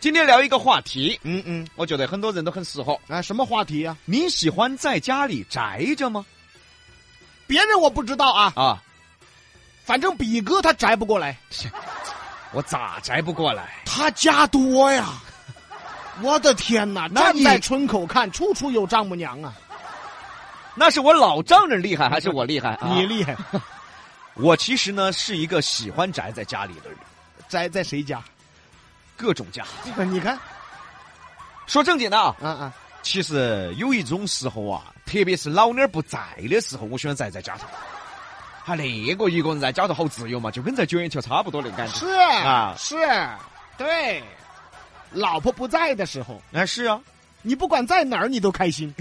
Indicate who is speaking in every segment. Speaker 1: 今天聊一个话题，
Speaker 2: 嗯嗯，
Speaker 1: 我觉得很多人都很适合。
Speaker 2: 哎，什么话题呀、
Speaker 1: 你喜欢在家里宅着吗？
Speaker 2: 别人我不知道啊，
Speaker 1: 啊，
Speaker 2: 反正比哥他宅不过来，
Speaker 1: 我咋宅不过来？
Speaker 2: 他家多呀。我的天哪！
Speaker 1: 那
Speaker 2: 站
Speaker 1: 你
Speaker 2: 在村口看，处处有丈母娘啊！
Speaker 1: 那是我老丈人厉害还是我厉害？啊
Speaker 2: 你厉害，
Speaker 1: 我其实呢是一个喜欢宅在家里的人，
Speaker 2: 宅在谁家？
Speaker 1: 各种家。
Speaker 2: 你看，
Speaker 1: 说正经的啊，
Speaker 2: 啊啊，
Speaker 1: 其实有一种时候啊，特别是老娘儿不在的时候，我喜欢宅在家头。啊，那个一个人在家头好自由嘛，就跟在九眼桥差不多那个感觉。
Speaker 2: 是
Speaker 1: 啊
Speaker 2: 是，对，老婆不在的时候，
Speaker 1: 哎，是啊，
Speaker 2: 你不管在哪儿，你都开 心，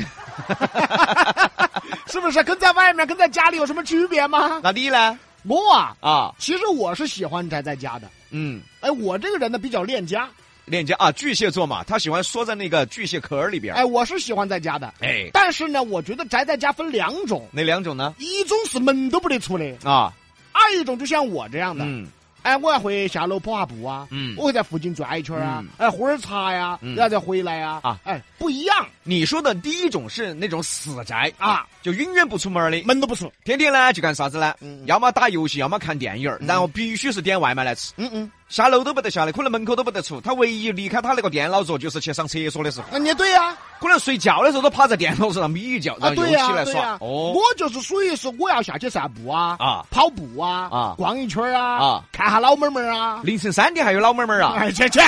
Speaker 2: 是不是？跟在外面跟在家里有什么区别吗？
Speaker 1: 那你呢？
Speaker 2: 我啊，
Speaker 1: 啊，
Speaker 2: 其实我是喜欢宅在家的。
Speaker 1: 嗯，
Speaker 2: 哎，我这个人呢比较恋家，
Speaker 1: 链接啊，巨蟹座嘛，他喜欢缩在那个巨蟹壳儿里边儿。
Speaker 2: 哎，我是喜欢在家的。
Speaker 1: 哎，
Speaker 2: 但是呢，我觉得宅在家分两种，
Speaker 1: 哪两种呢？
Speaker 2: 一种是门都不得出来，
Speaker 1: 啊，
Speaker 2: 二一种就像我这样的，
Speaker 1: 嗯
Speaker 2: 哎，我要回下楼跑下步啊，
Speaker 1: 嗯
Speaker 2: 我，会在附近转一圈啊
Speaker 1: 嗯，
Speaker 2: 哎，喝点茶呀，
Speaker 1: 嗯
Speaker 2: 然后再回来呀，
Speaker 1: 啊
Speaker 2: 哎，不一样
Speaker 1: 你说的第一种是那种死宅啊，
Speaker 2: 啊，
Speaker 1: 就永远不出门儿的，
Speaker 2: 门都不出。
Speaker 1: 天天呢就干啥子呢？
Speaker 2: 嗯
Speaker 1: 要么打游戏，要么看电影儿，
Speaker 2: 嗯
Speaker 1: 然后必须是点外卖来吃，
Speaker 2: 嗯嗯，
Speaker 1: 下楼都不得下来，可能门口都不得出。他唯一离开他那个电脑桌，就是去上厕所的时候，
Speaker 2: 那你对呀，
Speaker 1: 可能睡觉的时候都趴在电脑桌上眯一觉，
Speaker 2: 啊
Speaker 1: 然后又
Speaker 2: 对
Speaker 1: 起
Speaker 2: 呀
Speaker 1: 来
Speaker 2: 对
Speaker 1: 耍。
Speaker 2: 呀，
Speaker 1: 哦
Speaker 2: 我就是属于是我要下去散步啊，
Speaker 1: 啊，
Speaker 2: 跑步啊，
Speaker 1: 啊
Speaker 2: 逛一圈啊，
Speaker 1: 啊，
Speaker 2: 看下老妹妹儿啊，
Speaker 1: 凌晨三点还有老妹妹儿 啊？
Speaker 2: 哎，去去，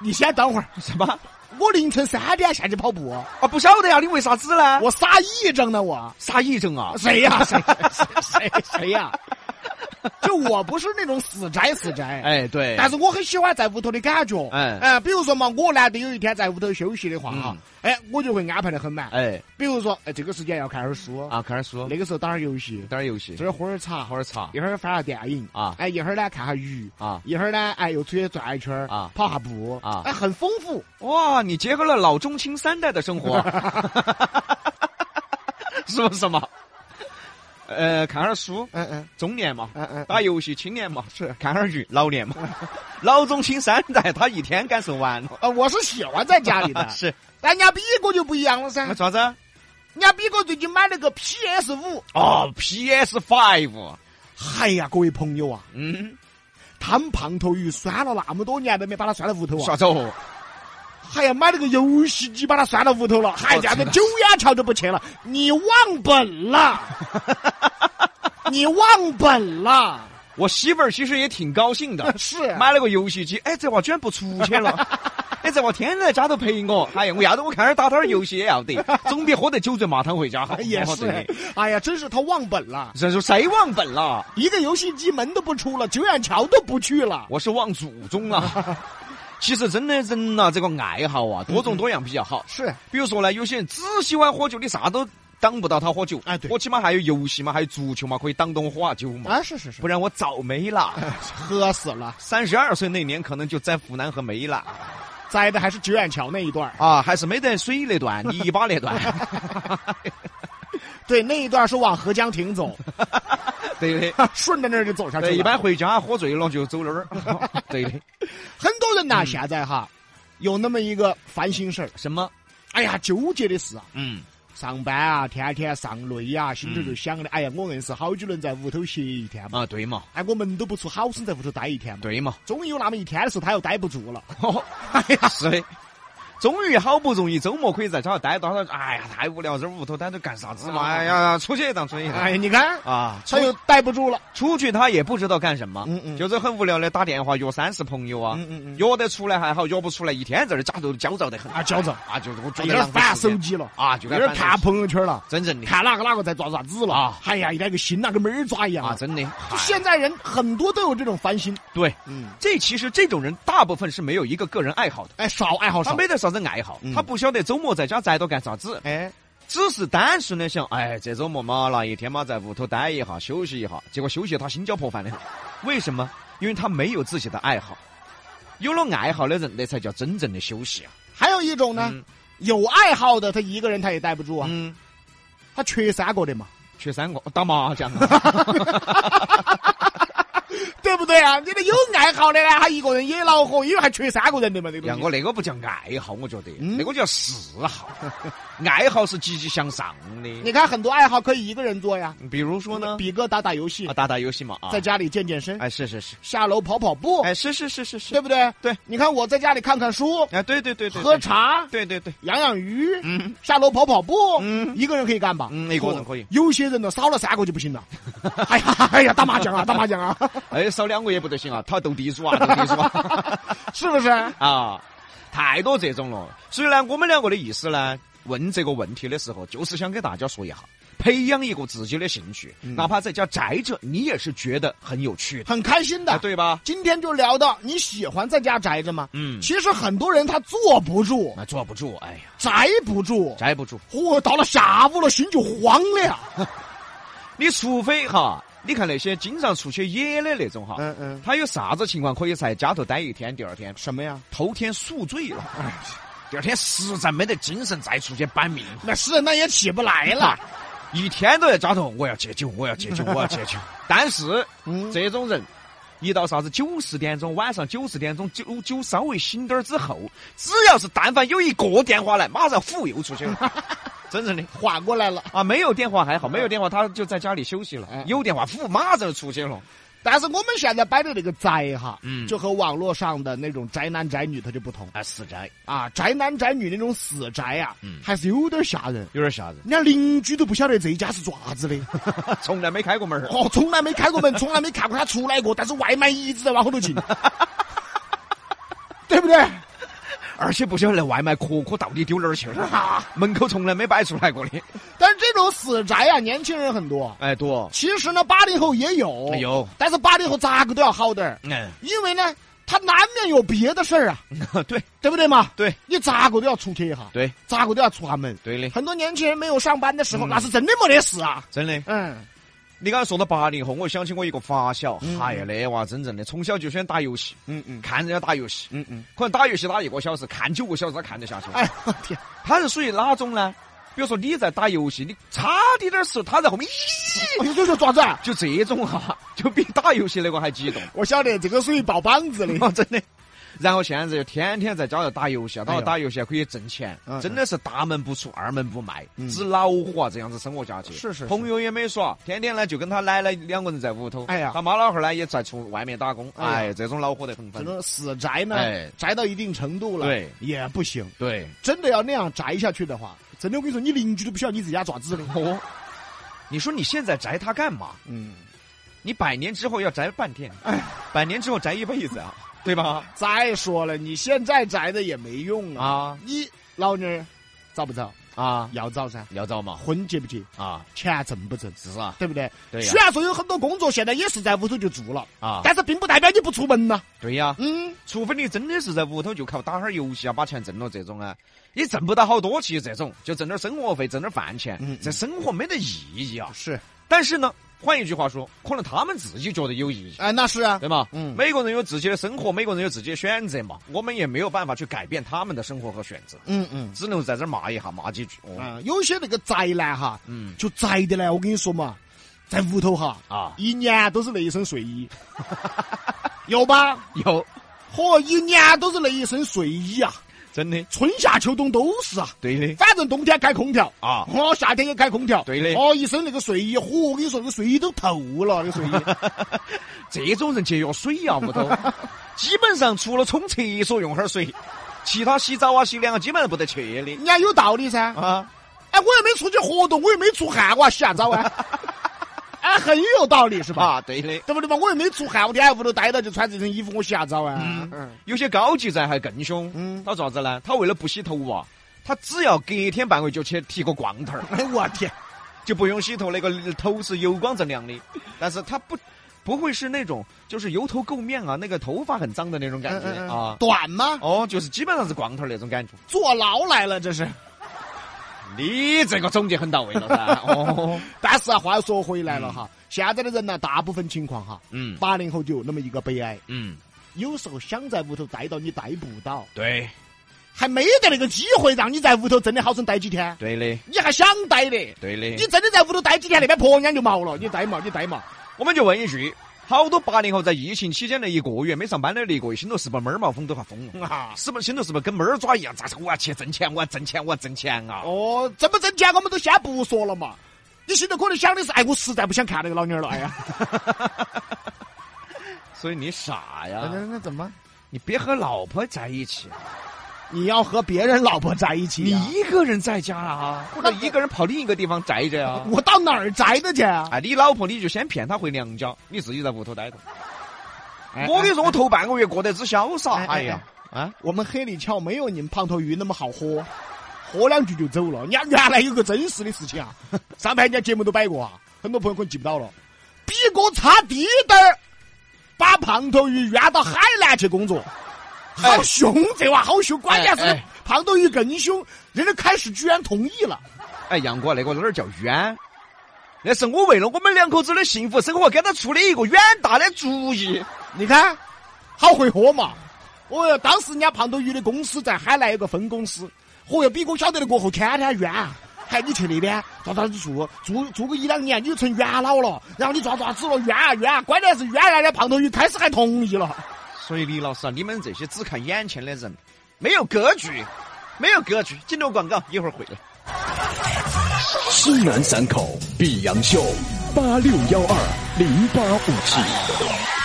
Speaker 2: 你先等会儿。
Speaker 1: 什么？
Speaker 2: 我凌晨三点下去跑步，
Speaker 1: 啊，不晓得呀，你为啥子呢？
Speaker 2: 我撒癔症呢，我
Speaker 1: 啥癔症啊？
Speaker 2: 谁 呀、谁谁谁谁呀、 就我不是那种死宅死宅，
Speaker 1: 哎，对，
Speaker 2: 但是我很喜欢在屋头的感觉。
Speaker 1: 哎
Speaker 2: 哎，比如说嘛，我难得有一天在屋头休息的话啊
Speaker 1: 嗯，
Speaker 2: 哎，我就会安排的很满。
Speaker 1: 哎
Speaker 2: 比如说，哎，这个时间要看会儿书，
Speaker 1: 啊，看点书，
Speaker 2: 那个时候打会儿游戏，
Speaker 1: 打点游戏
Speaker 2: 这，儿喝点茶，
Speaker 1: 喝点茶
Speaker 2: 一会儿翻下电影
Speaker 1: 啊
Speaker 2: 哎，一会儿呢看下鱼
Speaker 1: 啊。
Speaker 2: 一会儿呢，哎，又出去转一圈儿
Speaker 1: 啊
Speaker 2: 跑下步
Speaker 1: 啊
Speaker 2: 哎，很丰富。
Speaker 1: 哇，你结合了老中青三代的生 活，是不是嘛？呃，看点书，
Speaker 2: 嗯嗯
Speaker 1: 中年嘛，
Speaker 2: 嗯嗯，
Speaker 1: 打游戏青年嘛，
Speaker 2: 是
Speaker 1: 看点剧老年嘛， 老中青三代，他一天感受完了。
Speaker 2: 呃，我是喜欢在家 里的，
Speaker 1: 是，
Speaker 2: 但人家比哥就不一样了噻
Speaker 1: 那。啥子？啊
Speaker 2: 人家比哥最近买了个 PS 五，
Speaker 1: 哦，PS Five，
Speaker 2: 嗨呀，各位朋友啊，
Speaker 1: 嗯，
Speaker 2: 摊胖头鱼拴了那么多年都没把它拴到屋头啊，
Speaker 1: 啥子哦？
Speaker 2: 还要买了个游戏机把它拴到屋头
Speaker 1: 哦
Speaker 2: 了，还这样子九眼桥都不去了，你忘本 了，你忘本了，，
Speaker 1: 我媳妇儿其实也挺高兴的
Speaker 2: 是啊
Speaker 1: 买了个游戏机，哎，这娃居然不出去了。 哎，这娃天天在家头陪我，哎呀，我要得我看点打点游戏也要得，总比喝得酒醉麻汤回家好。
Speaker 2: 也
Speaker 1: 好
Speaker 2: 是
Speaker 1: 得，
Speaker 2: 哎呀，真是他忘本了，
Speaker 1: 人说谁忘本了？
Speaker 2: 一个游戏机门都不出了，九眼桥都不去了，
Speaker 1: 我是忘祖宗了。 其实真的人呐、这个爱好啊，
Speaker 2: 嗯
Speaker 1: 多种多样比较好。
Speaker 2: 是
Speaker 1: 比如说呢，有些人只喜欢喝酒，你啥都挡不到他喝酒。
Speaker 2: 哎对
Speaker 1: 我起码还有游戏嘛，还有足球嘛，可以挡到我喝下酒嘛，
Speaker 2: 啊，是是是
Speaker 1: 不，然我早没 了。
Speaker 2: 喝死了。
Speaker 1: 三十二岁那年，可能就在湖南和没了
Speaker 2: 啊栽的还是九眼桥那一段儿
Speaker 1: 啊，还是没得水那段，泥巴那 段。
Speaker 2: 对，那一段是往合江 亭走，
Speaker 1: 对的，
Speaker 2: 顺着那儿就走下去了。
Speaker 1: 对，一般回家喝醉了就走 那儿。对的，
Speaker 2: 很多人呐、现在哈有那么一个烦心事儿，
Speaker 1: 什么？
Speaker 2: 哎呀，纠结的事啊，
Speaker 1: 嗯，
Speaker 2: 上班啊，天天上累呀、心头就想的，哎呀，我硬是好久能在屋头歇一天嘛，
Speaker 1: 啊，对嘛，
Speaker 2: 哎，我门都不出，好生在屋头待一天嘛。
Speaker 1: 对嘛，
Speaker 2: 终于有那么一天的时候，他又待不住了，
Speaker 1: 哎呀，是的。终于好不容易周末可以在家待到，哎呀，太无聊，这屋头待着干啥子嘛？ 哎呀，出去一趟，出去一趟
Speaker 2: 啊哎，你看
Speaker 1: 啊！
Speaker 2: 他又待不住了，
Speaker 1: 出去他也不知道干什么，
Speaker 2: 嗯嗯
Speaker 1: 就是很无聊的打电话约三四朋友啊，
Speaker 2: 嗯嗯嗯
Speaker 1: 约得出来还好，约不出来一天在这家头焦躁得很
Speaker 2: 啊焦躁
Speaker 1: 啊，就是我觉
Speaker 2: 有
Speaker 1: 得
Speaker 2: 点
Speaker 1: 浪费
Speaker 2: 烦
Speaker 1: 时
Speaker 2: 手
Speaker 1: 间
Speaker 2: 机了，
Speaker 1: 啊，就
Speaker 2: 有
Speaker 1: 该
Speaker 2: 点
Speaker 1: 翻
Speaker 2: 看
Speaker 1: 手机
Speaker 2: 朋友圈了，
Speaker 1: 真正的
Speaker 2: 看哪个哪个在做啥子了
Speaker 1: 啊
Speaker 2: 哎呀，一天个心那个妹儿抓一样
Speaker 1: 啊，真的，
Speaker 2: 就
Speaker 1: 嗨
Speaker 2: 现在人很多都有这种烦心，
Speaker 1: 对，
Speaker 2: 嗯，
Speaker 1: 这其实这种人大部分是没有一个个人爱好的。
Speaker 2: 哎，少爱好
Speaker 1: 他
Speaker 2: 少，
Speaker 1: 啊没得啥子爱好，
Speaker 2: 嗯
Speaker 1: 他不晓得周末在家宅到干啥子，
Speaker 2: 哎，
Speaker 1: 只是单纯的想，哎，这周末嘛，那一天嘛，在屋头待一下，休息一下。结果休息他心焦破烦 的，为什么？因为他没有自己的爱好。有了爱好的人，那才叫真正的休息啊！
Speaker 2: 还有一种呢，
Speaker 1: 嗯
Speaker 2: 有爱好的他一个人他也待不住啊，
Speaker 1: 嗯，哦
Speaker 2: 他缺三个的嘛，
Speaker 1: 缺三个打麻将啊，
Speaker 2: 对不对啊？你这有爱好的呢，他一个人也恼火，因为还缺三个人的嘛，这个
Speaker 1: 杨
Speaker 2: 东西。
Speaker 1: 哥，那个不叫爱好，我觉得，
Speaker 2: 嗯
Speaker 1: 那个叫嗜好。 爱好是积极向上的，
Speaker 2: 你看很多爱好可以一个人做呀，
Speaker 1: 比如说呢，
Speaker 2: 比哥打打游戏
Speaker 1: 啊，，打打游戏嘛啊
Speaker 2: 在，家里健健身，
Speaker 1: 哎，是是是，
Speaker 2: 下楼跑跑步，
Speaker 1: 哎，是是是是是
Speaker 2: 对，不对？
Speaker 1: 对，
Speaker 2: 你看我在家里看看书，
Speaker 1: 哎，对对对对，
Speaker 2: 喝
Speaker 1: 对，
Speaker 2: 茶，
Speaker 1: 对对对，
Speaker 2: 养养鱼，
Speaker 1: 嗯，
Speaker 2: 下楼跑跑步，
Speaker 1: 嗯
Speaker 2: 一个人可以干吧？
Speaker 1: 嗯一个人可以
Speaker 2: 有些人呢，少了三个就不行了。哎呀，哎呀，打麻将啊，打麻将啊，
Speaker 1: 哎，少两个也不得行啊，他斗地主啊，斗地主 啊，
Speaker 2: 是不是？
Speaker 1: 啊，太多这种了。所以呢，我们两个的意思呢，问这个问题的时候，就是想给大家说一下，培养一个自己的兴趣，哪怕在家宅着，你也嗯是觉得很有趣的，
Speaker 2: 很开心的。
Speaker 1: 哎，对吧？
Speaker 2: 今天就聊到你喜欢在家宅着吗？
Speaker 1: 嗯
Speaker 2: 其实很多人他坐不住，
Speaker 1: 那坐不住，哎呀，
Speaker 2: 宅不住，
Speaker 1: 宅不住。
Speaker 2: 嚯，到了下午了，心就慌了呀。
Speaker 1: 你除非哈，你看那些经常出去野的那种哈，
Speaker 2: 嗯嗯，
Speaker 1: 他有啥子情况可以在家头待一天，第二天
Speaker 2: 什么呀？
Speaker 1: 头天宿醉了，哎第二天实在没得精神再出去扳命。
Speaker 2: 那是那也起不来了。
Speaker 1: 一天都在家头，我要戒酒，我要戒酒，我要 戒酒。但是
Speaker 2: 嗯，
Speaker 1: 这种人，一到啥子九十点钟，晚上九十点钟酒酒稍微醒点儿之后，只要是但凡有一个电话来，马上虎又出去了， 真正的。
Speaker 2: 缓过来了。
Speaker 1: 啊，没有电话还好，没有电话他就在家里休息了
Speaker 2: 哎。
Speaker 1: 有电话，虎马上就出去了。
Speaker 2: 但是我们现在摆的那个宅哈，
Speaker 1: 嗯
Speaker 2: 就和网络上的那种宅男宅女它就不同
Speaker 1: 啊，死宅
Speaker 2: 啊，宅男宅女那种死宅啊，
Speaker 1: 嗯
Speaker 2: 还是有点吓人。
Speaker 1: 有点吓人，
Speaker 2: 人家邻居都不晓得这一家是做啥子的，
Speaker 1: 从来没开过门儿。
Speaker 2: 哦，从来没开过门，从来没看过他出来过，但是外卖一直在往后 头进，对不对？
Speaker 1: 而且不晓得外卖壳壳到底丢哪儿去 了，
Speaker 2: 啊，
Speaker 1: 门口从来没摆出来过的。
Speaker 2: 但是这种死宅啊，年轻人很多。
Speaker 1: 哎，多
Speaker 2: 其实呢，八零后也有，
Speaker 1: 有，
Speaker 2: 但是八零后咋个都要好点儿，
Speaker 1: 嗯，
Speaker 2: 因为呢，他难免有别的事儿啊，
Speaker 1: 对
Speaker 2: 对不对嘛？
Speaker 1: 对
Speaker 2: 你咋个都要出去一下，
Speaker 1: 对
Speaker 2: 咋个都要出下门。
Speaker 1: 对的，
Speaker 2: 很多年轻人没有上班的时候，
Speaker 1: 嗯
Speaker 2: 那是真的没得事啊。
Speaker 1: 真的。
Speaker 2: 嗯，
Speaker 1: 你刚才说到八零后，我想起我一个发小，
Speaker 2: 嗯
Speaker 1: 哎呀，那娃真正的从小就喜欢打游戏，
Speaker 2: 嗯嗯
Speaker 1: 看人家打游戏，
Speaker 2: 嗯嗯，
Speaker 1: 可能打游戏打一个小时，看九个小时他看得下去。
Speaker 2: 哎，我天，
Speaker 1: 他是属于哪种呢？比如说你在打游戏，你差滴点儿时候，他在后面，咦
Speaker 2: 我就说爪子啊，
Speaker 1: 就这种哈、就比打游戏那个还激动，
Speaker 2: 我晓得这个属于抱膀子的。
Speaker 1: 哦，真的。然后现在就天天在家头打游戏啊，当
Speaker 2: 哎
Speaker 1: 然
Speaker 2: 呦
Speaker 1: 打游戏还可以挣钱，
Speaker 2: 嗯
Speaker 1: 真的是大门不出二门不迈，
Speaker 2: 嗯
Speaker 1: 只老虎啊这样子生活下去。
Speaker 2: 是是是
Speaker 1: 朋友也没耍，天天呢就跟他奶奶两个人在屋头，
Speaker 2: 哎呀
Speaker 1: 他妈老汉儿呢也在出外面打工，
Speaker 2: 哎呀
Speaker 1: 哎，这种恼火得很
Speaker 2: 这
Speaker 1: 烦。
Speaker 2: 种死宅呢，
Speaker 1: 哎
Speaker 2: 宅到一定程度了，
Speaker 1: 对
Speaker 2: 也不行。
Speaker 1: 对，
Speaker 2: 真的要那样宅下去的话，真的我跟你说，你邻居都不晓得你自家爪子的。
Speaker 1: 哦，你说你现在宅他干嘛？
Speaker 2: 嗯，
Speaker 1: 你百年之后要宅半天，哎，百年之后宅一辈子啊，对吧？
Speaker 2: 再说了，你现在宅的也没用啊。
Speaker 1: 啊
Speaker 2: 你老娘儿造不造？
Speaker 1: 啊，
Speaker 2: 要造噻，
Speaker 1: 要遭嘛
Speaker 2: 婚结不结，
Speaker 1: 啊，
Speaker 2: 钱挣不挣，
Speaker 1: 是啊，
Speaker 2: 对不对？
Speaker 1: 对呀
Speaker 2: 虽然说有很多工作现在也是在屋头就做了，
Speaker 1: 啊，
Speaker 2: 但是并不代表你不出门呐。
Speaker 1: 对呀、
Speaker 2: 嗯，
Speaker 1: 除非你真的是在屋头就靠打哈儿游戏啊，把钱挣了这种啊，也挣不到好多。其实这种就挣点生活费，挣点饭钱，
Speaker 2: 嗯嗯
Speaker 1: 这生活没得意义啊。
Speaker 2: 是，
Speaker 1: 但是呢，换一句话说，可能他们自己觉得有意义，
Speaker 2: 哎，那是啊，
Speaker 1: 对吗？
Speaker 2: 嗯
Speaker 1: 每个人有自己的生活，每个人有自己的选择嘛。我们也没有办法去改变他们的生活和选择，
Speaker 2: 嗯嗯，
Speaker 1: 只能在这儿骂一下，骂几句。哦、
Speaker 2: 啊、有些那个宅男哈，
Speaker 1: 嗯
Speaker 2: 就宅的呢，我跟你说嘛，在屋头哈，
Speaker 1: 啊，
Speaker 2: 一年都是那一身 睡衣，有吧？
Speaker 1: 有
Speaker 2: 嚯，一年都是那一身睡衣啊，
Speaker 1: 真的
Speaker 2: 春夏秋冬都是啊，
Speaker 1: 对的
Speaker 2: 反正冬天开空调。
Speaker 1: 啊，
Speaker 2: 哦，夏天也开空调，
Speaker 1: 对的
Speaker 2: 哦，一身那个睡衣，嚯，我跟你说，那个睡衣都透了，那个睡 衣。
Speaker 1: 这种人节约水呀、屋头基本上除了冲厕所用哈儿水，其他洗澡啊、洗脸啊，基本上不得去的
Speaker 2: 人家有道理噻。
Speaker 1: 啊。
Speaker 2: 哎，我又没出去活动，我又没出汗，我还洗啥 澡啊？哎，很有道理是吧？
Speaker 1: 啊，对的，
Speaker 2: 对不对嘛？我又没出汗，我天天在屋头待着就穿这身衣服，我洗啥澡啊？嗯
Speaker 1: 有些高级宅还更凶。
Speaker 2: 嗯，
Speaker 1: 他咋子呢？他为了不洗头啊，他只要隔天半个就去剃个光头儿，
Speaker 2: 哎，我天，
Speaker 1: 就不用洗头，那个头是油光锃亮的。但是他不不会是那种就是油头垢面啊，那个头发很脏的那种感觉、啊。
Speaker 2: 短吗？
Speaker 1: 哦，就是基本上是光头儿那种感觉。
Speaker 2: 坐牢来了这是。
Speaker 1: 你这个总结很到位了噻。哦，
Speaker 2: 但是啊，话又说回来了哈，现在的人呢，大部分情况哈，
Speaker 1: 嗯
Speaker 2: 八零后就有那么一个悲哀，
Speaker 1: 嗯，
Speaker 2: 有时候想在屋头待到你待不到，
Speaker 1: 对
Speaker 2: 还没得那个机会让你在屋头真的好生待几天，
Speaker 1: 对的
Speaker 2: 你还想待的，
Speaker 1: 对
Speaker 2: 你
Speaker 1: 的。
Speaker 2: 真的在屋头待几天，那边婆娘就毛了，你待嘛，你待嘛。
Speaker 1: 我们就问一句：好多八零后在疫情期间的一个月没上班的那一个月，心头是不是猫毛疯都快疯了？
Speaker 2: 啊！
Speaker 1: 是不是心头是不是跟猫爪一样？咋是我要去挣钱，我要挣钱，我要挣钱啊？
Speaker 2: 哦，挣不挣钱我们都先不说了嘛。你心头可能想的是，哎，我实在不想看那个老妞儿了，哎呀，
Speaker 1: 所以你傻呀，
Speaker 2: 那怎么？
Speaker 1: 你别和老婆在一起，啊
Speaker 2: 你要和别人老婆在一
Speaker 1: 你
Speaker 2: 起、啊？
Speaker 1: 一个人在家啊，或者一个人跑另一个地方宅着呀、
Speaker 2: 我到哪儿宅的去啊？
Speaker 1: 哎，你老婆你就先骗她回娘家，你自己在屋头待着。
Speaker 2: 哎
Speaker 1: 我跟你说，我头半个月过得之潇洒，
Speaker 2: 哎哎
Speaker 1: 哎呀，啊，
Speaker 2: 我们黑里桥没有你们胖头鱼那么好喝，喝两句就走了。人家原来有个真实的 事情啊，上盘人家节目都摆过啊，很多朋友可能记不到了。比哥差滴点儿，把胖头鱼冤到海南去工作，
Speaker 1: 哎
Speaker 2: 好凶这娃，好凶！关键
Speaker 1: 哎
Speaker 2: 是
Speaker 1: 哎
Speaker 2: 胖头鱼更凶，人家开始居然同意了。
Speaker 1: 哎，杨哥，那个哪儿叫冤？那是我为了我们两口子的幸福生活，给他出的一个远大的主意。
Speaker 2: 你看，好会喝嘛！哦哟，当时人家胖头鱼的公司在海南有个分公司，嚯哟，比哥晓得的过后天天冤啊。还你去那边抓抓子住住住个一两年，你就成元老了。然后你抓抓子了，冤啊冤啊！关键是冤来的胖头鱼开始还同意了。
Speaker 1: 所以李老师啊，你们这些只看眼前的人，没有格局，没有格局。镜头广告一会儿回来。
Speaker 3: 西南三口碧阳秀八六幺二零八五七。